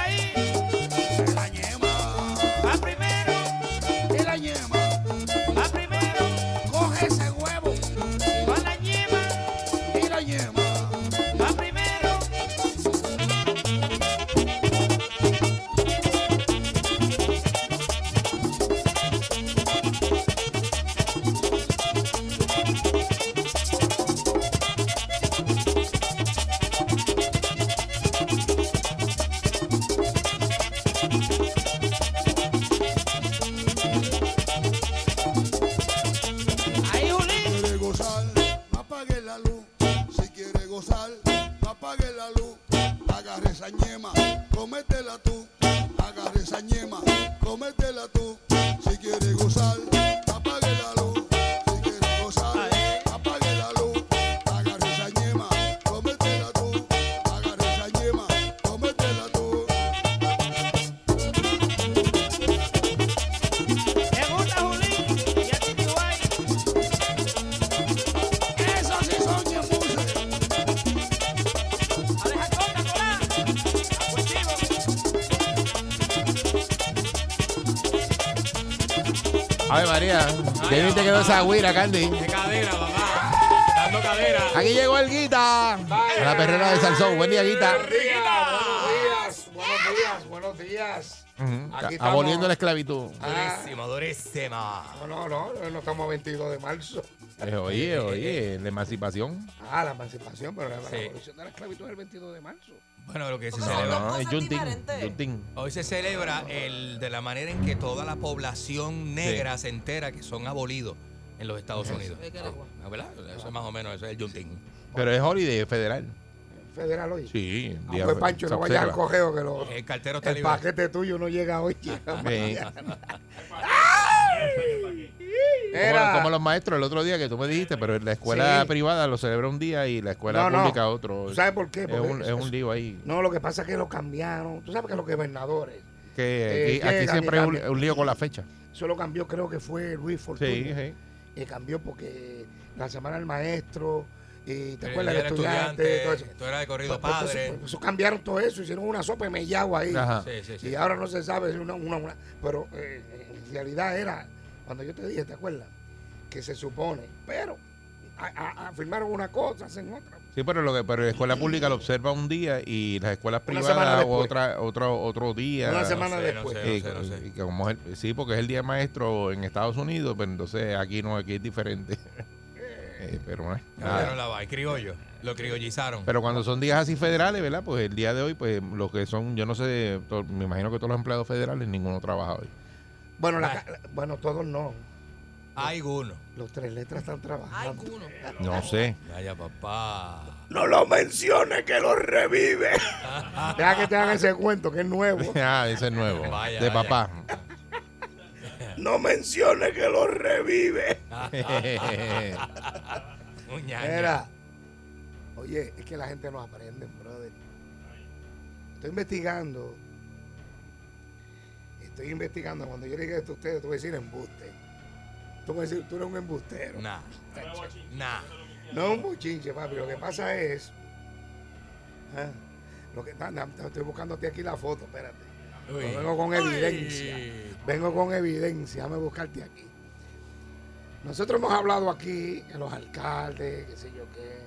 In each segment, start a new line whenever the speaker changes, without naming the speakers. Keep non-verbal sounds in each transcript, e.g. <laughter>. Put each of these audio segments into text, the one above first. ahí. La yema. Va primero. Y la yema. Va primero. Coge ese huevo. Va la yema. Y la yema. Va primero. Ahí, Juli.
quiere gozar, no apague la luz. Si quiere gozar, no apague la luz. Agarre esa ñema, cométela tú. Agarre esa ñema, cométela tú. Si quiere gozar, no apague la luz. Si quiere gozar, apague la luz. Agarre esa ñema, cométela tú. Agarre esa ñema, cométela tú.
Me gusta, Juli. Y a ti, Tijuay.
Esas sí son ñemuses.
Aleja coca, colá. Apuestivo.
A ver, María. ¿Qué viste quedó esa guira, Candy?
De cadera, papá. Dando cadera.
Aquí llegó el Guita. A la perrera de Salsón. Buen día, Guita.
Riquita.
días, buenos días, buenos días. Aquí estamos.
Aboliendo la esclavitud.
Ah,
Durísimo, durísima.
no, no, no, no estamos a 22 de marzo.
Eh, Oye, oye, la emancipación.
Ah, la emancipación, pero la, la
Sí.
abolición de la esclavitud es el 22 de marzo.
Bueno, lo que se
No,
celebra.
no.
es
cosas
Juntín.
diferentes.
Juntín.
Hoy se celebra el de la manera en que toda la población negra se entera que son abolidos en los Estados Unidos.
Ve que eres guapo.
Ah, ¿Verdad? Eso es más o menos, eso es el Juntín.
Pero es holiday federal.
Federal hoy.
Sí.
Ah,
día-
pues, Pancho,
se
no vayas al
observa.
cojeo que lo-
El cartero está
el
libre.
paquete tuyo no llega hoy. <laughs> llega
Sí.
mañana.
Como,
Era-
como los maestros el otro día que tú me dijiste, pero la escuela
Sí.
privada lo celebra un día y la escuela
No, no.
pública otro.
¿Sabes por qué?
Es
Porque
un, es un lío ahí.
No, lo que pasa es que lo cambiaron. Tú sabes que los gobernadores,
Que
Eh,
aquí, aquí
llegan y
siempre es un,
cambian.
un lío con la fecha.
eso lo cambió, creo que fue Luis Fortuna.
Sí, sí.
que cambió porque la semana del maestro y te
El
acuerdas
día
del
del
estudiante, todo eso.
Tú eras de corrido
Pues, pues, entonces,
padre.
pues, eso cambiaron todo eso, hicieron una sopa de mellagua ahí.
Ajá.
Sí, sí, sí.
Y ahora no se sabe si una, una, una. Pero eh, en realidad era, cuando yo te dije, ¿te acuerdas? Que se supone, pero a- a- a- firmaron una cosa, hacen otra.
Sí, pero lo que pero la escuela pública lo observa un día y las escuelas
Una semana
privadas
después.
otra otro otro día.
Una semana
No sé, no
después.
sé,
Eh,
no sé, no sé.
eh, como es el- sí, porque es el día maestro en Estados Unidos, pero entonces aquí no, aquí es diferente. <laughs> Eh, pero bueno,
Cambiaron
nada.
la vaina, criollo. Lo criollizaron.
Pero cuando son días así federales, ¿verdad? Pues el día de hoy, pues los que son, yo no sé, to- me imagino que todos los empleados federales, ninguno trabaja hoy.
Bueno, la
Ah.
ca- la- bueno todos no.
Hay uno.
Los tres letras están
Ay,
trabajando.
cuno.
No sé. <laughs>
Vaya, papá.
No lo menciones que los revive.
Ah.
Deja que te hagan ese cuento que es
<laughs>
nuevo.
Ah, ese es nuevo.
Vaya,
de
vaya. <laughs>
papá. <laughs>
No menciones que los revive.
Un ñaño.
Era. Oye, es que la gente no aprende, brother. Estoy investigando. Estoy investigando. Cuando yo le diga esto a ustedes, tú vas a decir embuste. Tú vas a decir, tú eres un embustero.
Nah. Nah.
No es un bochinche, papi. Lo que pasa es. ah, Lo que na- na- estoy buscándote aquí la foto, espérate.
Uy.
No vengo con evidencia.
Uy.
Vengo con evidencia, déjame buscarte aquí. Nosotros hemos hablado aquí, que los alcaldes, qué sé yo qué.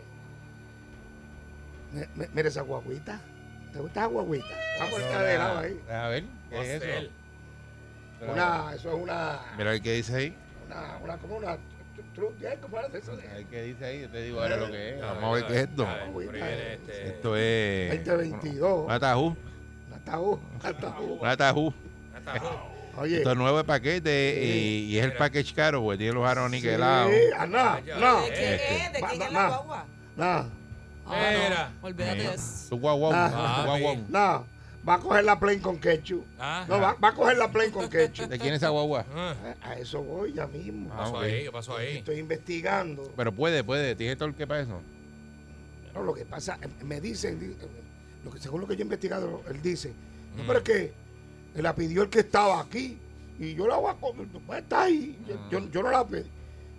Mi- mi- Mira esa guaguita. ¿Te gusta esa guaguita? pues Está puesta de lado ahí.
A ver, ¿qué es eso?
Pastel.
Una, eso es una,
Mira el que dice ahí.
una, una, como una, tru- tru- ¿eh? ¿cómo era eso?
A ver qué dice ahí, yo te digo ahora lo que es.
A
Vamos a ver qué es esto.
a ver, por ahí viene este-
Esto es.
2022.
Un atajú.
Un ataúd, un ataúd.
Un atajú.
Oye,
Esto es nuevo de paquete
Sí.
y, y es el package caro, porque tiene los aros
sí,
niquelados.
ah, no, no,
¿De quién
Este.
es? ¿De quién
Va-
es
va-
la guagua?
no,
Ah, no.
Mira.
Olvídate de eso.
Tu guau guau.
Ah.
tu guau guau.
no. Va a coger la plane con ketchup.
Ah.
No, va, va a coger la plane
<laughs>
con ketchup.
¿De quién es esa guagua?
Ah,
Eh, A eso voy ya mismo.
Ah,
pasó
ok.
ahí? ¿Qué pasó ahí?
Estoy investigando.
Pero puede, puede. Tiene todo el que para eso.
No, lo que pasa, eh, me dicen, di- eh, lo que, según lo que yo he investigado, él dice, no,
Mm.
pero es que la pidió el que estaba
Mm.
aquí y yo la voy a comer, pues está ahí, yo, yo- yo no la pedí.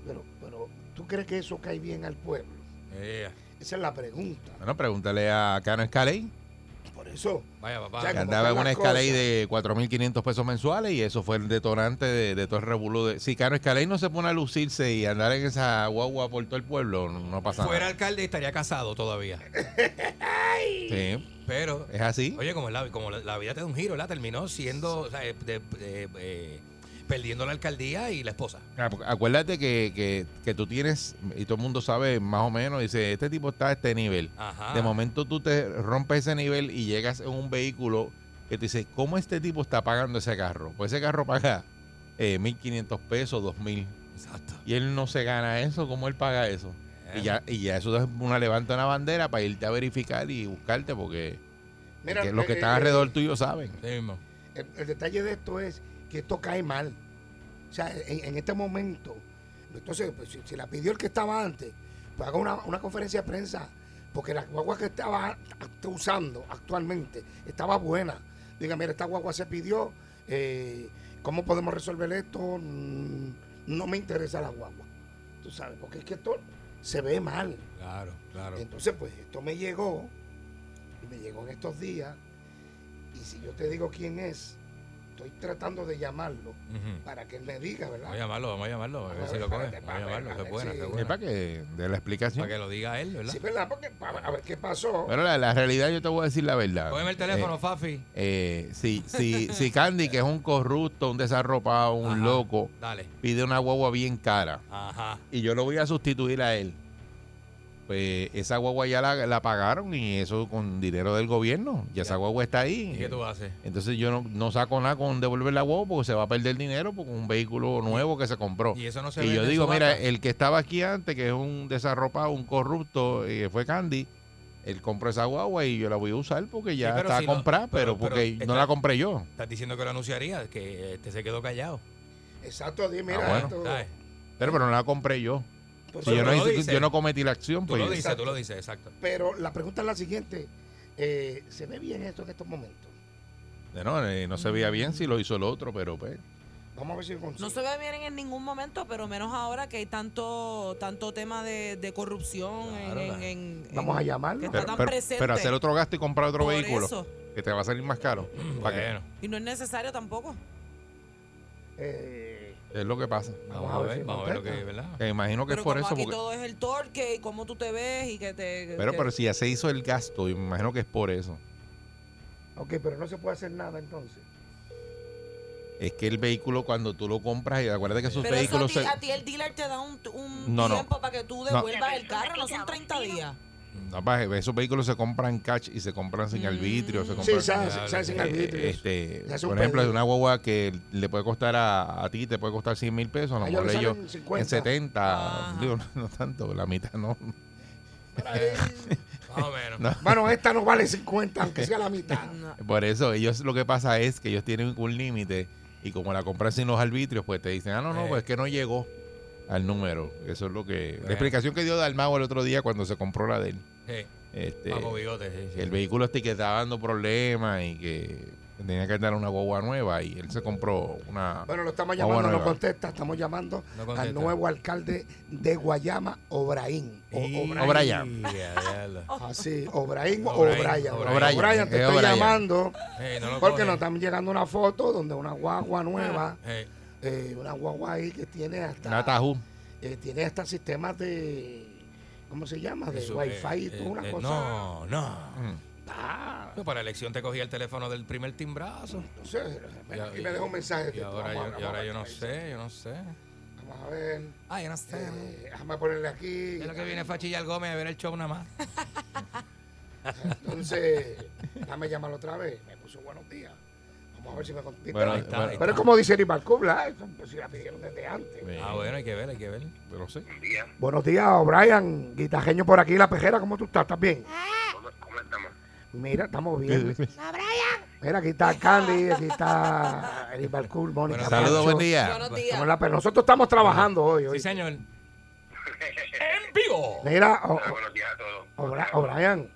Pero, pero ¿Tú crees que eso cae bien al pueblo?
Eh,
Esa es la pregunta.
Bueno, pregúntale a Karen Scaley,
Por eso,
vaya papá.
Ya,
que
como
andaba
son
en una
las
Scaley
cosas.
de 4.500 pesos mensuales y eso fue el detonante de, de todo el revuelo. De, si Karen Scaley no se pone a lucirse y andar en esa guagua por todo el pueblo, no, no pasa
Fuera
nada.
alcalde estaría casado todavía.
Sí,
Pero,
es así.
oye, como, la, como la, la vida te da un giro, ¿la? Terminó siendo, o sea, eh, de- de- eh, perdiendo la alcaldía y la esposa.
Ah, porque Acuérdate que, que- que tú tienes, y todo el mundo sabe más o menos, dice, este tipo está a este nivel.
Ajá.
De momento tú te rompes ese nivel y llegas en un vehículo que te dice, ¿cómo este tipo está pagando ese carro? Pues ese carro paga eh, 1.500 pesos, 2.000.
Exacto.
Y él no se gana eso, ¿cómo él paga eso? Y ya, y ya eso es una levanta una bandera para irte a verificar y buscarte porque
mira,
que los que
eh,
están
eh,
alrededor tuyo saben.
Sí mismo.
El, el detalle de esto es que esto cae mal. O sea, en, en este momento, entonces, pues, si, si la pidió el que estaba antes, pues haga una, una conferencia de prensa, porque la guagua que estaba act- usando actualmente estaba buena. Diga, mira, esta guagua se pidió, eh, ¿cómo podemos resolver esto? Mm, No me interesa la guagua. Tú sabes, porque es que esto se ve mal.
Claro, claro.
Entonces, pues esto me llegó, me llegó en estos días, y si yo te digo quién es, estoy tratando de llamarlo
Ujú.
para que él me diga, ¿verdad?
Vamos a llamarlo, vamos a llamarlo, a ver
Vamos a
si
ver,
lo coge.
espérate,
Vamos a
pa-
llamarlo, que
a
es
ver
buena,
si-
que es
Es
buena.
para que de la explicación.
Para que lo diga él, ¿verdad?
Sí, ¿verdad? Porque pa- a ver qué pasó.
Bueno, la, la realidad yo te voy a decir la verdad.
Cógeme el
Eh,
teléfono, Fafi.
Eh, si,
<laughs>
si, si Candy, que es un corrupto, un desarropado, un
Ajá.
loco,
Dale.
pide una guagua bien cara
Ajá.
y yo lo voy a sustituir a él, pues esa guagua ya la, la pagaron y eso con dinero del gobierno. Ya esa
Ya.
guagua está ahí.
¿Y qué tú haces?
Entonces yo no, no saco nada con devolver la guagua porque se va a perder dinero por un vehículo nuevo que se compró.
Y
Oh. Y,
eso no se ve.
yo digo, mira, eh. el que estaba aquí antes, que es un desarropado, un corrupto, eh, fue Candy. Él compró esa guagua y yo la voy a usar porque ya
pero
está
si no-
comprada, pero,
pero- pero
porque no
está-
la compré yo.
Estás diciendo que lo anunciaría, que este se quedó callado.
Exacto, dime, mira
Ah, bueno,
esto. Pues,
¿Sabes?
Pero, pero no la compré yo.
Por
Si
Pero
yo, no
lo
hice-
dice.
yo no cometí la acción,
Tú
pues
lo
yo-
dices, tú lo dices, exacto.
Pero la pregunta es la siguiente. eh, ¿Se ve bien esto en estos momentos?
no, eh, no se veía bien si lo hizo el otro, pero pues.
Vamos a ver si consigo.
No se ve bien en ningún momento, pero menos ahora que hay tanto tanto tema de, de corrupción en-
Claro,
en,
la-
en-
Vamos a
en-
llamarlo.
que está
Pero,
tan
pero-
presente.
pero hacer otro gasto y comprar otro
Por
vehículo
eso.
que te va a salir más caro. ¿Para qué?
Bueno,
Y no es necesario tampoco.
Eh,
Es lo que pasa.
vamos a ver,
si
vamos a ver lo que
contesta.
es, ¿verdad?
Me imagino que
pero
es por
como
eso.
aquí
porque-
todo es el torque y cómo tú te ves y que te...
pero,
que-
pero si ya se hizo el gasto, y me imagino que es por eso.
Ok, pero no se puede hacer nada entonces.
Es que el vehículo cuando tú lo compras, y acuérdate que esos
Pero eso a
vehículos
ti,
se-
a ti el dealer te da un, un
No, no.
tiempo para que tú devuelvas el carro, no son 30 días.
no, pa, esos vehículos se compran cash y se compran sin
Mm.
arbitrio, se
Sí,
compran.
se hace-
Diablo,
se hace en
eh,
arbitrios.
Eh, este,
Se hace un
por ejemplo,
pedido.
una guagua que le puede costar a, a ti, te puede costar 100 mil pesos, a lo
A ellos
mejor
le
ellos
salen 50.
en 70,
Ajá.
digo, <laughs> no, no tanto, la mitad no. <laughs>
Más o menos.
No.
Bueno, esta no vale 50, aunque sea la
<laughs>
mitad.
No.
Por eso, ellos lo que pasa es que ellos tienen un límite y como la compran sin los arbitrios, pues te dicen, ah, no, no,
Eh.
pues es que no llegó al número. Eso es lo que... La
Bueno.
explicación que dio Dalmau el otro día cuando se compró la de él.
Sí,
Este,
Papo Bigote, sí, sí.
el vehículo este que estaba dando problemas y que tenía que dar una guagua nueva y él se compró una...
Bueno, lo estamos
Ah,
llamando,
bueno, ahí
no
va.
contesta, estamos llamando
No contesta.
al nuevo alcalde de Guayama, Obraín. O-
Y-
Obraín.
O'Brien.
Ya, ya, ya.
Así, Obraín o
O'Brien,
O'Brien.
O'Brien.
O'Brien, te
Es
estoy
O'Brien.
llamando
Eh, no lo
porque
coge.
nos están llegando una foto donde una guagua nueva,
Eh,
eh, una guagua ahí que tiene
Una
hasta,
Tajú.
eh, tiene hasta sistemas de, ¿cómo se llama? De
eso,
wifi y
eh,
toda
eh,
una
eh,
cosa. Mm.
No, no.
Ah,
Yo para elección te cogía el teléfono del primer timbrazo.
no sé,
Y-
aquí me dejó un mensaje. de
Y
texto.
ahora,
Vamos a
yo,
ver,
y ahora yo no
vamos a ver.
sé, yo no sé.
Vamos a ver,
Ah, yo no sé.
eh, déjame ponerle aquí.
Es lo que viene Fachillar Gómez a ver el show nada más.
Entonces, déjame llamarlo otra vez. Me puso buenos días. Vamos a ver si me contesta.
Bueno,
ahí está,
bueno,
ahí está.
Pero es como dice Nimal Cubla, ¿eh? si la pidieron desde antes.
eh,
Ah, bueno, hay que ver, hay que ver.
Pero sí.
Buenos días, O'Brien, guitajeño por aquí, la pejera, ¿cómo tú estás? ¿Estás bien?
Ah. ¿Cómo estamos?
Mira, estamos bien. Mira, aquí está Candy, aquí está Nimal Cubla, Mónica.
Bueno,
Saludos,
Pancho.
buen día.
Buenos
Estamos
días.
en la pe- Nosotros estamos trabajando hoy.
Sí,
hoy.
señor. ¡En vivo!
Mira, o-
Hola, Ah, buenos días a todos.
o- O'Brien, O'Brien,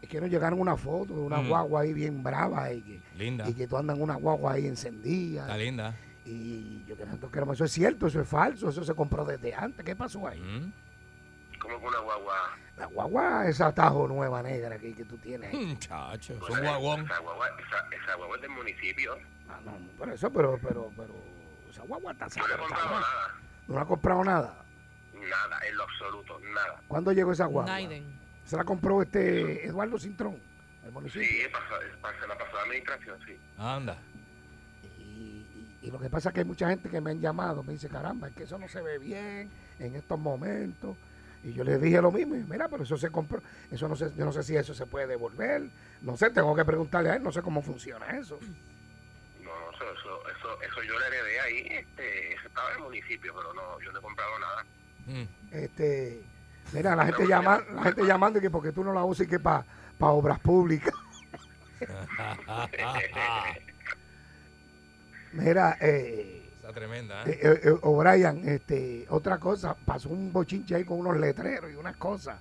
es que nos llegaron una foto de una
Mm.
guagua ahí bien brava y que,
Linda.
y que tú andas en una guagua ahí encendida.
Está linda.
Y yo que nosotros queremos, eso es cierto, eso es falso, eso se compró desde antes. ¿Qué pasó ahí?
Mm.
una guagua.
La guagua, esa tajo nueva negra que, que tú tienes.
Mm.
ahí.
Muchacho,
Pues
es un guaguón.
Esa guagua, esa, esa guagua es del municipio.
Ah, no, no, por eso, pero, pero, pero, esa guagua está
No le he
sabrosa.
comprado
¿no?
nada.
No ha comprado nada.
Nada, en lo absoluto, nada.
¿Cuándo llegó esa guagua?
Naiden.
Se la compró este Eduardo Cintrón, el municipio.
Sí, pasó, pasó, la pasó la administración, sí.
Anda.
Y, y- y lo que pasa es que hay mucha gente que me han llamado, me dice, caramba, es que eso no se ve bien en estos momentos. Y yo les dije lo mismo, y mira, pero eso se compró, eso no sé, yo no sé si eso se puede devolver, no sé, tengo que preguntarle a él, no sé cómo funciona eso.
No, no, eso, eso, eso, eso yo le heredé ahí. Este, eso estaba en el municipio, pero no, yo no he comprado nada.
<laughs>
Mm.
Este, mira, la gente llama, la gente llamando y que porque tú no la usas y que para obras públicas. <laughs>
Ah,
Mira, eh,
Está tremenda,
Ah.
¿eh?
Eh, eh, eh, O'Brien, este, otra cosa, pasó un bochinche ahí con unos letreros y unas cosas.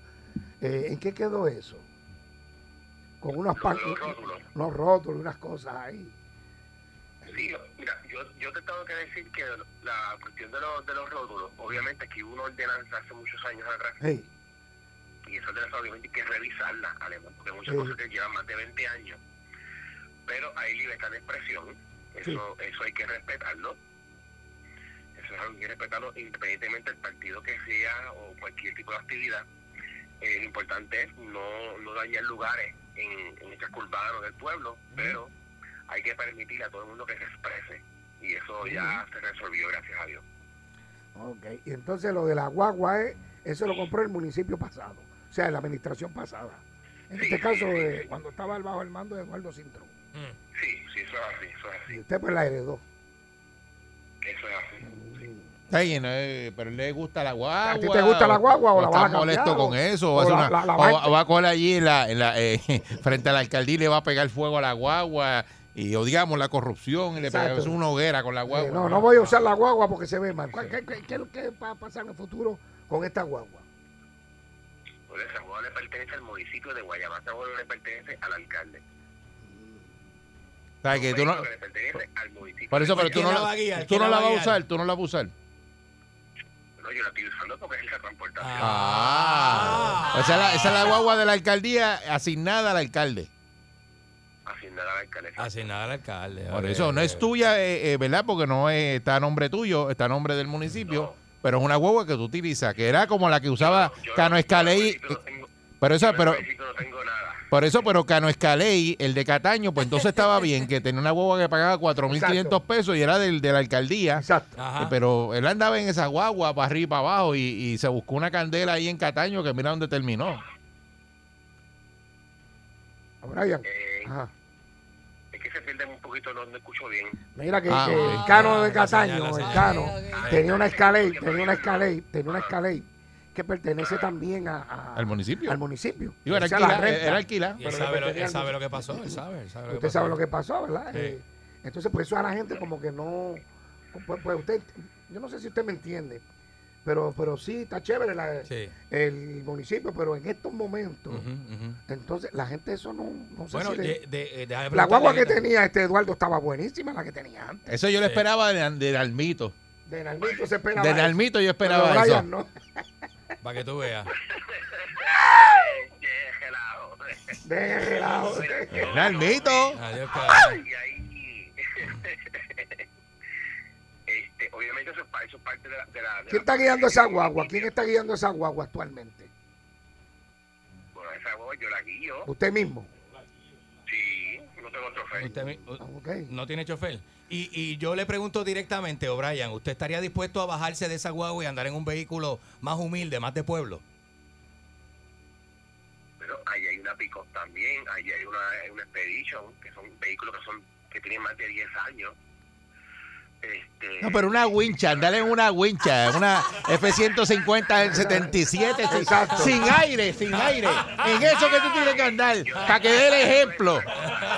Eh, ¿En qué quedó eso? Con unos
Los-
pan-
los rótulos.
unos rótulos y unas cosas ahí.
<laughs> Sí, yo- mira, yo, yo te tengo que decir que la cuestión de los, de los rótulos, obviamente aquí hubo una ordenanza hace muchos años atrás,
Hey,
y esa ordenanza obviamente hay que revisarla, además, porque muchas
Sí.
cosas que llevan más de 20 años, pero hay libertad de expresión, eso, eso hay que respetarlo, eso es algo que hay que respetarlo independientemente del partido que sea o cualquier tipo de actividad. Eh, lo importante es no, no dañar lugares en, en el casco urbano del pueblo, pero hay que permitir a todo el mundo que se exprese. Y eso ya se resolvió, gracias a Dios.
ok. Y entonces lo de la guagua, es, eso lo compró el municipio pasado, o sea, la administración pasada. En este caso, eh, cuando estaba bajo el mando de Eduardo Cintrón.
Mm.
Sí, sí, eso es así, eso es
Y
así,
usted pues la heredó.
eso es así.
Está bien, eh, pero le gusta la guagua.
ti te gusta la guagua o la
está
vas a
molesto
cambiar,
con
o-
eso?
o
O, hace
la-
una-
la- la
o
vas a-
va- va a colar allí en la, en la, eh, <laughs> frente a la alcaldía y le va a pegar fuego a la guagua y odiamos la corrupción y le
Exacto.
pegamos una hoguera con la guagua.
Eh, no, no voy a usar la guagua porque se ve mal. ¿Cuál- ¿Qué, qué- qué es lo que va a pasar en el futuro con esta guagua?
Por esa guagua le pertenece al municipio de Guayama, esa guagua no le pertenece al alcalde.
O sea, que tú no-
Eso le pertenece al municipio.
por eso, pero tú
¿Quién
no,
la
la-
va a guiar?
tú
¿Quién
no
la
la
va a
vas a
guiar?
usar, tú no la vas a usar.
No, yo la estoy usando porque es la transportación.
Ah, Esa, es la, esa es la guagua de la alcaldía asignada al alcalde.
Asignada al alcalde.
Ah,
Así Ah. nada el alcalde.
Por
ok,
eso no
ok.
es tuya, eh, eh, ¿verdad? Porque no es- está a nombre tuyo, está a nombre del municipio.
No.
Pero es una guagua que tú utilizas, que era como la que usaba
Yo no-
Cano
yo
Escaley. eh,
no tengo-
Pero
yo
esa,
no
pero,
necesito, no tengo nada.
por eso, pero Cano Escaley, el de Cataño, pues entonces estaba bien, que tenía una guagua que pagaba 4.500
Exacto.
pesos y era del, de la alcaldía.
Exacto.
Eh,
Ah.
Ajá.
Pero él andaba en esa guagua para arriba y para abajo y, y se buscó una candela ahí en Cataño que mira dónde terminó.
Brian.
Eh,
Ah.
Ajá.
es que se pierden un poquito, no, no escucho
<laughs>
bien.
Mira que,
Ah,
que
ok.
el cano de
Ah, la
Cataño,
señal, la
el
señal.
cano,
Ah, ok,
ok.
tenía una escaley,
Ah,
tenía una
ok.
escaley, tenía una escaley que pertenece también a, a-
Al municipio.
Al municipio.
Digo, era
O sea, la
alquilar,
renta.
era alquilar.
Y él
pero
sabe, lo,
le
él sabe
pertenece-
lo que pasó, él sabe, él sabe lo que
Usted
pasó.
sabe lo que pasó, ¿verdad?
Sí.
Eh, entonces, por eso a la gente como que no... Pues, pues usted, yo no sé si usted me entiende, pero, pero sí, está chévere la-
Sí.
el municipio, pero en estos momentos,
Ujú, ujú.
entonces la gente eso no, no sé
Bueno,
si le-
de, de-
La
eh, déjame preguntarle
guagua que
ahorita.
tenía este Eduardo estaba buenísima, la que tenía antes.
Eso yo lo
Sí.
esperaba de, de Dalmito.
De Nalmito se esperaba.
De
eso.
Dalmito yo
Pero
esperaba
Brian
eso.
no.
Para que tú veas.
Qué gelado.
De relajo.
<laughs>
Dalmito.
<laughs>
Adiós, cabrón.
Y <laughs> ahí. este, obviamente, eso es, pa- eso es parte de la. De la de
¿Quién
la-
está guiando esa guagua? ¿Quién está guiando esa guagua actualmente?
Bueno, esa guagua yo la guío.
Usted mismo.
Sí, no tengo otro fe.
Usted mi- u-
Ah, ok.
no tiene chofer. Y, y yo le pregunto directamente, O'Brien, ¿usted estaría dispuesto a bajarse de esa guagua y andar en un vehículo más humilde, más de pueblo?
Pero ahí hay una pick también, ahí hay una, una Expedition, que son vehículos que son que tienen más de 10 años. Este,
No, pero una wincha, andale en una wincha, una F-150 del 77, sin,
<laughs> Exacto.
sin aire, sin aire. En eso que tú tienes que andar, para que dé el ejemplo.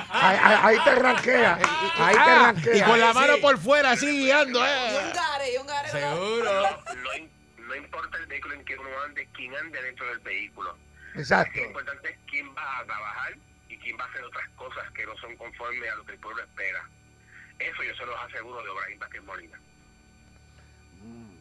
Ahí, ahí- ahí te ranquea. Ahí te
Ah,
ranquea.
y con la
Sí.
mano por fuera, así guiando.
Y un
eh.
gare, y un gare. con la-
Seguro.
no, im- no importa el vehículo en que uno ande, quién ande dentro del vehículo.
Exacto.
Lo importante es quién va a trabajar y quién va a hacer otras cosas que no son conforme a lo que el pueblo espera. Eso yo se los aseguro de Obraín Vázquez Molina.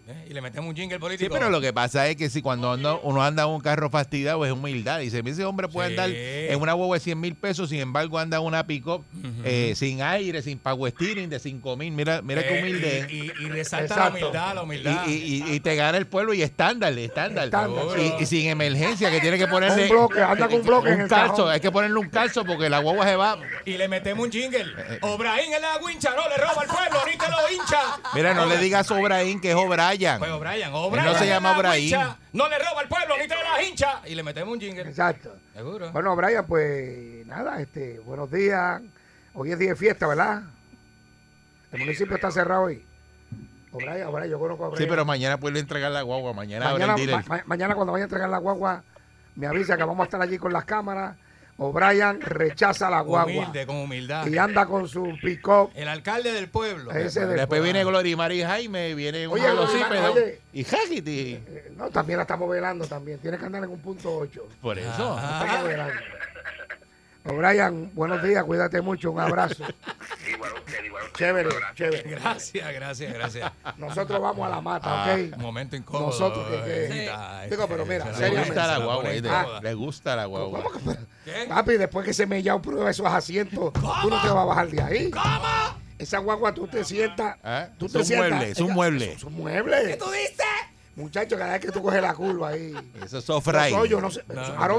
¿eh? Y le metemos un jingle político.
Sí, pero lo que pasa es que si cuando anda- uno anda en un carro fastidiado es humildad. Dice, ese hombre puede
Sí.
andar en una huevo de 100 mil pesos, sin embargo anda en una pick-up eh, sin aire, sin power steering de 5 mil. Mira, mira qué
Eh,
humilde es.
Y, y- y resalta
Exacto.
la humildad, la
Y,
humildad.
y- y- y te gana el pueblo y estándar, estándar.
Estándar,
sí.
Y, y sin emergencia, que tiene que ponerle
Un bloque, anda con un bloque en el
calzo.
cajón.
Hay que ponerle un calzo porque la guagua se va.
Y le metemos un
Eh,
jingle. Obraín en la guincha, no le roba al pueblo, ni te lo hincha.
Mira, no le digas O'Brien que es O'Brien.
Pues O'Brien, O'Brien.
Él no se
en
llama
la
O'Brien.
guincha, No le roba al pueblo, ni te la hincha. Y le metemos un jingle.
Exacto.
Seguro.
Bueno, Brian, pues nada, este, buenos días. Hoy es día de fiesta, ¿verdad? El municipio está cerrado hoy. O'Brien, O'Brien, yo conozco a O'Brien.
Sí, pero mañana puede entregar la guagua. Mañana, abre
mañana,
el dealer.
ma- ma- mañana cuando vaya a entregar la guagua, me avisa que vamos a estar allí con las cámaras. O'Brien rechaza la guagua
Humilde, con humildad.
y anda con su pick-up.
El alcalde del pueblo.
Ese de-
Después viene Glory Mary Jaime, viene un
Oye,
velocípedo
oye.
y Hagiti.
Eh, No, también la estamos velando también. Tiene que andar en un punto 8.
Por eso.
O'Brien, buenos días, cuídate mucho, un abrazo.
Igual a usted, igual a
<laughs>
usted.
Chévere,
Un abrazo.
chévere.
<laughs> <laughs> Gracias, gracias, gracias.
Nosotros vamos a la mata,
Ah,
¿ok?
Un momento incómodo.
Nosotros que- que-
Ay,
Sí.
ay,
Digo, pero
ay,
mira,
se
Le
la
seriamente.
ponen,
gusta la
se
guagua,
ponen
¿viste? Ah,
cómoda.
Le gusta la guagua.
¿Cómo que-
¿Qué?
Papi, después que se me ya prueba esos asientos, tú no te vas a bajar de ahí.
¿Cómo?
Esa guagua tú te sientas.
Ah,
Tú
son
te sientas.
muebles, son
ella-
muebles.
Son, son muebles.
¿Tú dices?
Muchacho, cada vez que tú coges la curva ahí.
Eso es
Los
Sofray.
hoyos, no sé. Aro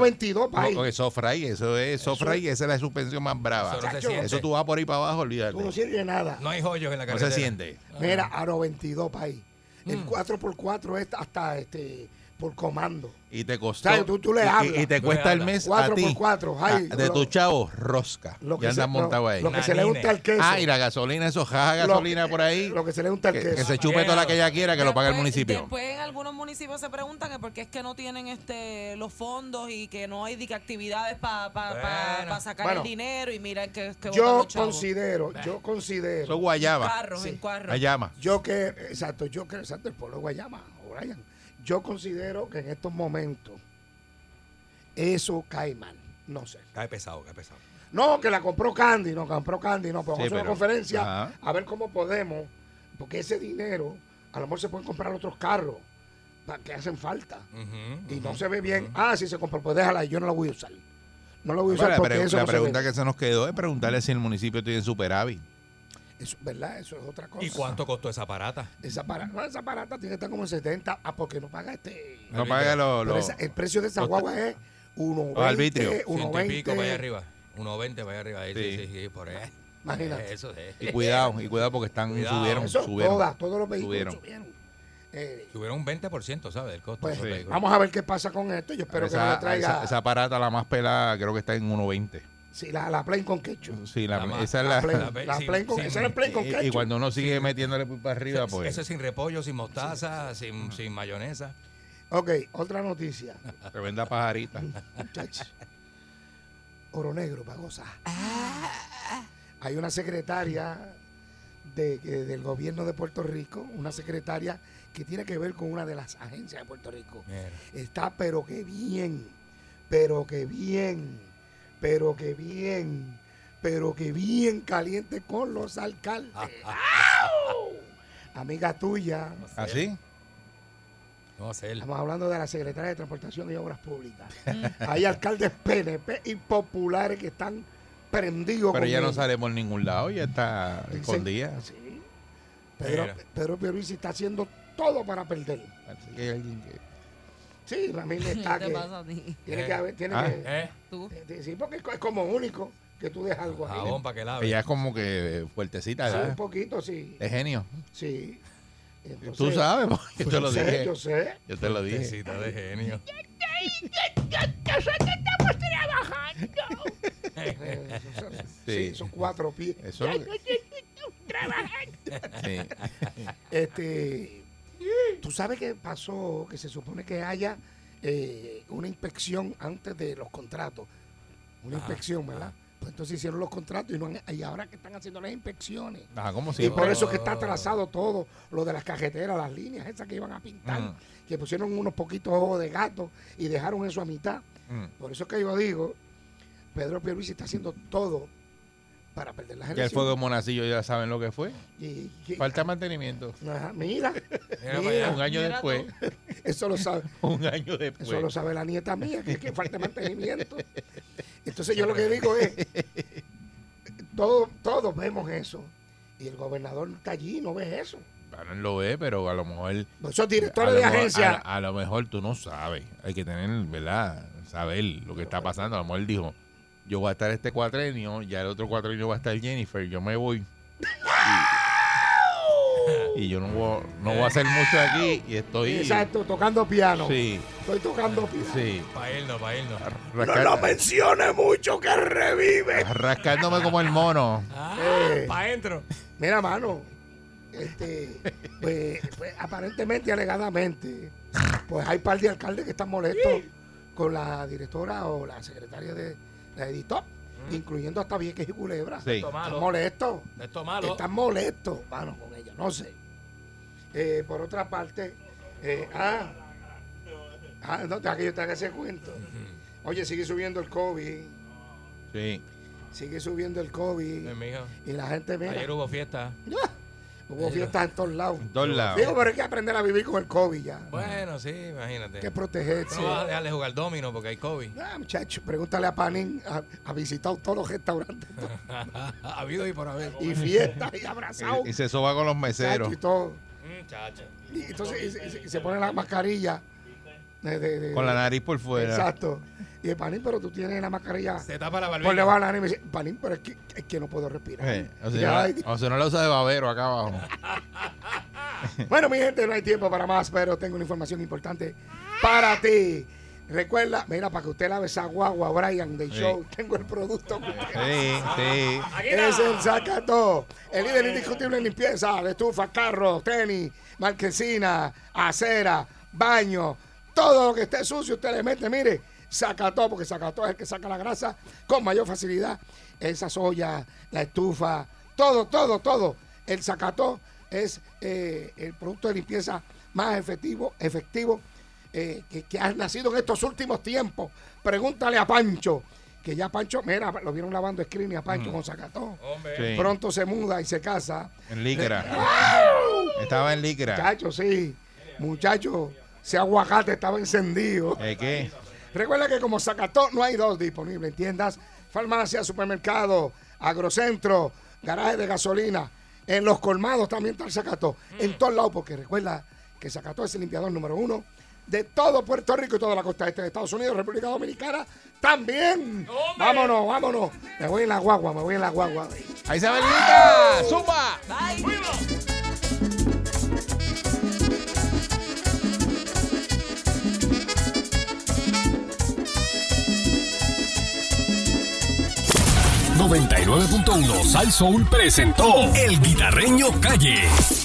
No,
22, país.
porque Sofray, eso es Sofray, esa es la suspensión más brava.
Eso no se
Eso,
siente.
tú vas por ahí para abajo, olvídate.
Tú no sientes nada.
No hay hoyos en la
No
carretera.
se siente.
Mira, Aro 22, país. El 4x4 es hasta este por comando.
Y te costó.
O sea, tú- tú le
y- y-
hablas.
y, te
Tú
cuesta
le
el
hablas.
mes
Cuatro
a ti.
por cuatro, ay,
a- de
lo-
tu chavo, rosca.
Lo que
ya
se-
andas
lo-
montado ahí.
Lo que se le
Nanine.
gusta al queso.
Ah, y la gasolina, eso jaja
Lo-
gasolina por ahí.
Lo que se le gusta al
que,
queso.
que se chupe toda la que ella quiera, que lo pague el
pues,
Después-
municipio.
Después en algunos municipios se preguntan que por qué es que no tienen este los fondos y que no hay de que actividades para
Bueno.
sacar
Bueno.
el dinero y mira que, que botan
Yo
los chavos.
considero, yo
Eso es
considero,
guayaba.
Carros,
Sí.
en carros.
La llama.
yo que, exacto, yo que, exacto, el pueblo de Guayama, O'Brien, yo considero que en estos momentos eso cae mal, no sé.
Cae pesado, cae pesado.
No, que la compró Candy, no, compró Candy, no, pero
Sí,
vamos a hacer una
pero-
conferencia
Ajá.
a ver cómo podemos, porque ese dinero, a lo mejor se pueden comprar otros carros pa- que hacen falta
Ujú.
y no se ve bien. Ah, si se compró, pues déjala, yo no la voy a usar. No la voy a usar
Bueno, la,
porque
pre-
eso
la
no se ve.
pregunta que se nos quedó es preguntarle si el municipio tiene superávit.
Eso, ¿Verdad? Eso es otra cosa.
¿Y cuánto costó esa parata?
Esa barata, esa barata tiene que estar como en 70. Ah, porque no paga este.
No
Arbitrio.
paga los
Pero
los-
esa- eh, el precio de esa
los-
guagua es 1.20.
arbitrios.
Ciento y pico
1.20.
para allá arriba. 1.20 para allá arriba. Ahí, sí,
Sí.
sí, sí, por ahí. Eh,
Imagínate.
Eso
Y
sí.
cuidado, y cuidado porque están
Cuidado.
subieron,
eh, Eso,
subieron.
todas, todos los vehículos
Subieron.
subieron. Eh,
Subieron un 20%, ¿sabes? El costo. de
pues
esos vehículos.
vamos a ver qué pasa con esto. Yo espero que no le
esa,
traiga.
esa, esa parata, la más pelada, creo que está en 1.20.
Sí, la, la Plain con ketchup.
Sí, la-
La más-
esa es
La,
la.
plain,
la-
la
sí,
plain con,
sí.
esa es la Plain con
y-
ketchup.
y, cuando uno sigue metiéndole para arriba, pues.
Eso es sin repollo, sin mostaza, sin, sin mayonesa.
Ok, otra noticia. <laughs>
Tremenda pajarita.
Muchachos. Oro negro para gozar. Hay una secretaria de, que- del gobierno de Puerto Rico, una secretaria que tiene que ver con una de las agencias de Puerto Rico.
Mira.
Está pero que bien, pero que bien, pero que bien, pero que bien caliente con los
<laughs>
alcaldes. ¡Au! Amiga tuya,
¿Así?
Vamos a hacer.
Estamos hablando de la Secretaría de Transportación y Obras Públicas. Hay alcaldes PNP y populares que están prendidos
Pero
con
ya no
él.
sale por ningún lado, ya está
Dicen-
escondida.
Sí. Pedro,
Mira.
Pedro Pierluisi está haciendo todo para perder.
Así que hay alguien que-
Sí, Ramírez
<laughs> <laughs> ¿Qué
está
te
que
pasa a ti?
tiene que haber, tiene
Ah.
que
¿Eh?
Tú.
eh, sí, porque es co- es como único que tú dejas algo ahí.
Jabón para que lave.
Ella es como que fuertecita,
Sí, un
Ah, ¿verdad?
poquito, sí.
Es genio.
Sí. Entonces,
Tú sabes, <laughs> porque yo te
yo
lo
sé,
dije. <laughs>
Yo sé.
Yo te lo dije.
Tecita de genio.
Eh, son- son-
Sí.
sí, son cuatro pies.
Eso. Sí.
Este, tú sabes que pasó, que se supone que haya eh, una inspección antes de los contratos.
Ah,
Una inspección, ¿verdad? Pues entonces hicieron los contratos y, no han- y ahora que están haciendo las inspecciones.
Ajá, como
y por
siempre.
eso es que está atrasado todo lo de las cajeteras, las líneas esas que iban a pintar,
Mm.
que pusieron unos poquitos ojos de gato y dejaron eso a mitad.
Mm.
Por eso es que yo digo, Pedro Pierluisi está haciendo todo para perder las
Que el
elecciones.
fuego de Monacillo ya saben lo que fue.
Y- y-
Falta mantenimiento.
Ajá,
<laughs>
mira,
Mira para allá.
Un año
Mira
después.
eso lo sabe.
<laughs> Un año
Eso
después.
lo sabe la nieta mía, que es que falta mantenimiento.
<laughs>
Entonces yo lo que digo es, todos, todos vemos eso. Y el gobernador está allí y no ve eso.
Bueno, él lo ve, pero a lo mejor.
Esos
a
directores
lo
de
mejor-
agencia.
A, a lo mejor tú no sabes. Hay que tener, ¿verdad? Saber lo que está pasando. A lo mejor él dijo: Yo voy a estar este cuatrenio, ya el otro cuatrenio va a estar Jennifer, yo me voy. Y, y yo no voy, no voy a hacer mucho aquí y estoy.
Exacto, tocando piano.
Sí,
Estoy tocando piano.
sí.
Para él no, para él
Eh.
no.
Rasca-
mencione mucho que revive.
rascándome como el mono.
Eh.
para Ah, adentro.
Mira, mano, este, pues, pues, aparentemente, alegadamente, pues hay par de alcaldes que están molestos con la directora o la secretaria de la editor, incluyendo hasta Vieques y Culebra.
Mm. Sí.
Esto
Están
malo.
molestos,
Esto malo.
están molestos, mano, con ella, no sé. Eh, por otra parte, eh, ah, ah, no, deja que yo te haga ese cuento. Oye, sigue subiendo el COVID,
Sí.
sigue subiendo el COVID,
Eh, mijo.
y la gente, mira,
Ayer hubo fiesta.
<laughs> hubo fiestas en todos lados.
En todos lados.
Digo, pero hay que aprender a vivir con el COVID ya.
Bueno, sí, imagínate.
Hay que protegerse.
No vas a dejarle jugar domino porque hay COVID. <laughs>
Ah, muchacho, pregúntale a Panín. Ha, ha visitado todos los
<laughs>
restaurantes
ha habido y por haber.
y fiestas y abrazado.
Y, y se soba con los meseros.
muchacho, y todo.
Mm, chacho.
Y entonces y se- y se, y se pone la mascarilla. de- de- de-
Con la nariz pues. por fuera.
Exacto. Y el Panín, pero tú tienes la mascarilla.
Se tapa la
Pues le
barbilla.
va a la nariz y me dice, Panín, pero es que, es que no puedo respirar.
Eh, o,
Y
sea,
ay,
no, o sea, no la usa de babero acá abajo.
Bueno, mi gente, no hay tiempo para más, pero tengo una información importante para ti. Recuerda, mira, para que usted lave esa guagua, Brian, del
Sí.
show, tengo el producto.
Sí, sí.
Es el Zacato, el líder indiscutible en limpieza de estufa, carro, tenis, marquesina, acera, baño, todo lo que esté sucio, usted le mete, mire, Zacató, porque Zacató es el que saca la grasa con mayor facilidad. Esas ollas, la estufa, todo, todo, todo. El Zacató es eh, el producto de limpieza más efectivo, efectivo eh, que, que han nacido en estos últimos tiempos. Pregúntale a Pancho, que ya Pancho, mira, lo vieron lavando screen a Pancho con Zacató.
Hombre.
Sí.
Pronto se muda y se casa.
En
<laughs>
líquera. Estaba en líquera.
Muchacho, sí. Muchacho, ese aguacate estaba encendido.
¿Eh, ¿Qué?
Recuerda que como Zacató no hay dos disponibles en tiendas, farmacias, supermercado, agrocentro, garaje de gasolina. En los colmados también está el Zacató. En todos lados, porque recuerda que Zacató es el limpiador número uno de todo Puerto Rico y toda la costa este de Estados Unidos, República Dominicana también. Vámonos, vámonos. Me voy en la guagua, me voy en la guagua.
¡Ahí se va el líquera! ¡Zumba!
Bye.
Salsoul presentó El Guitarreño Calle.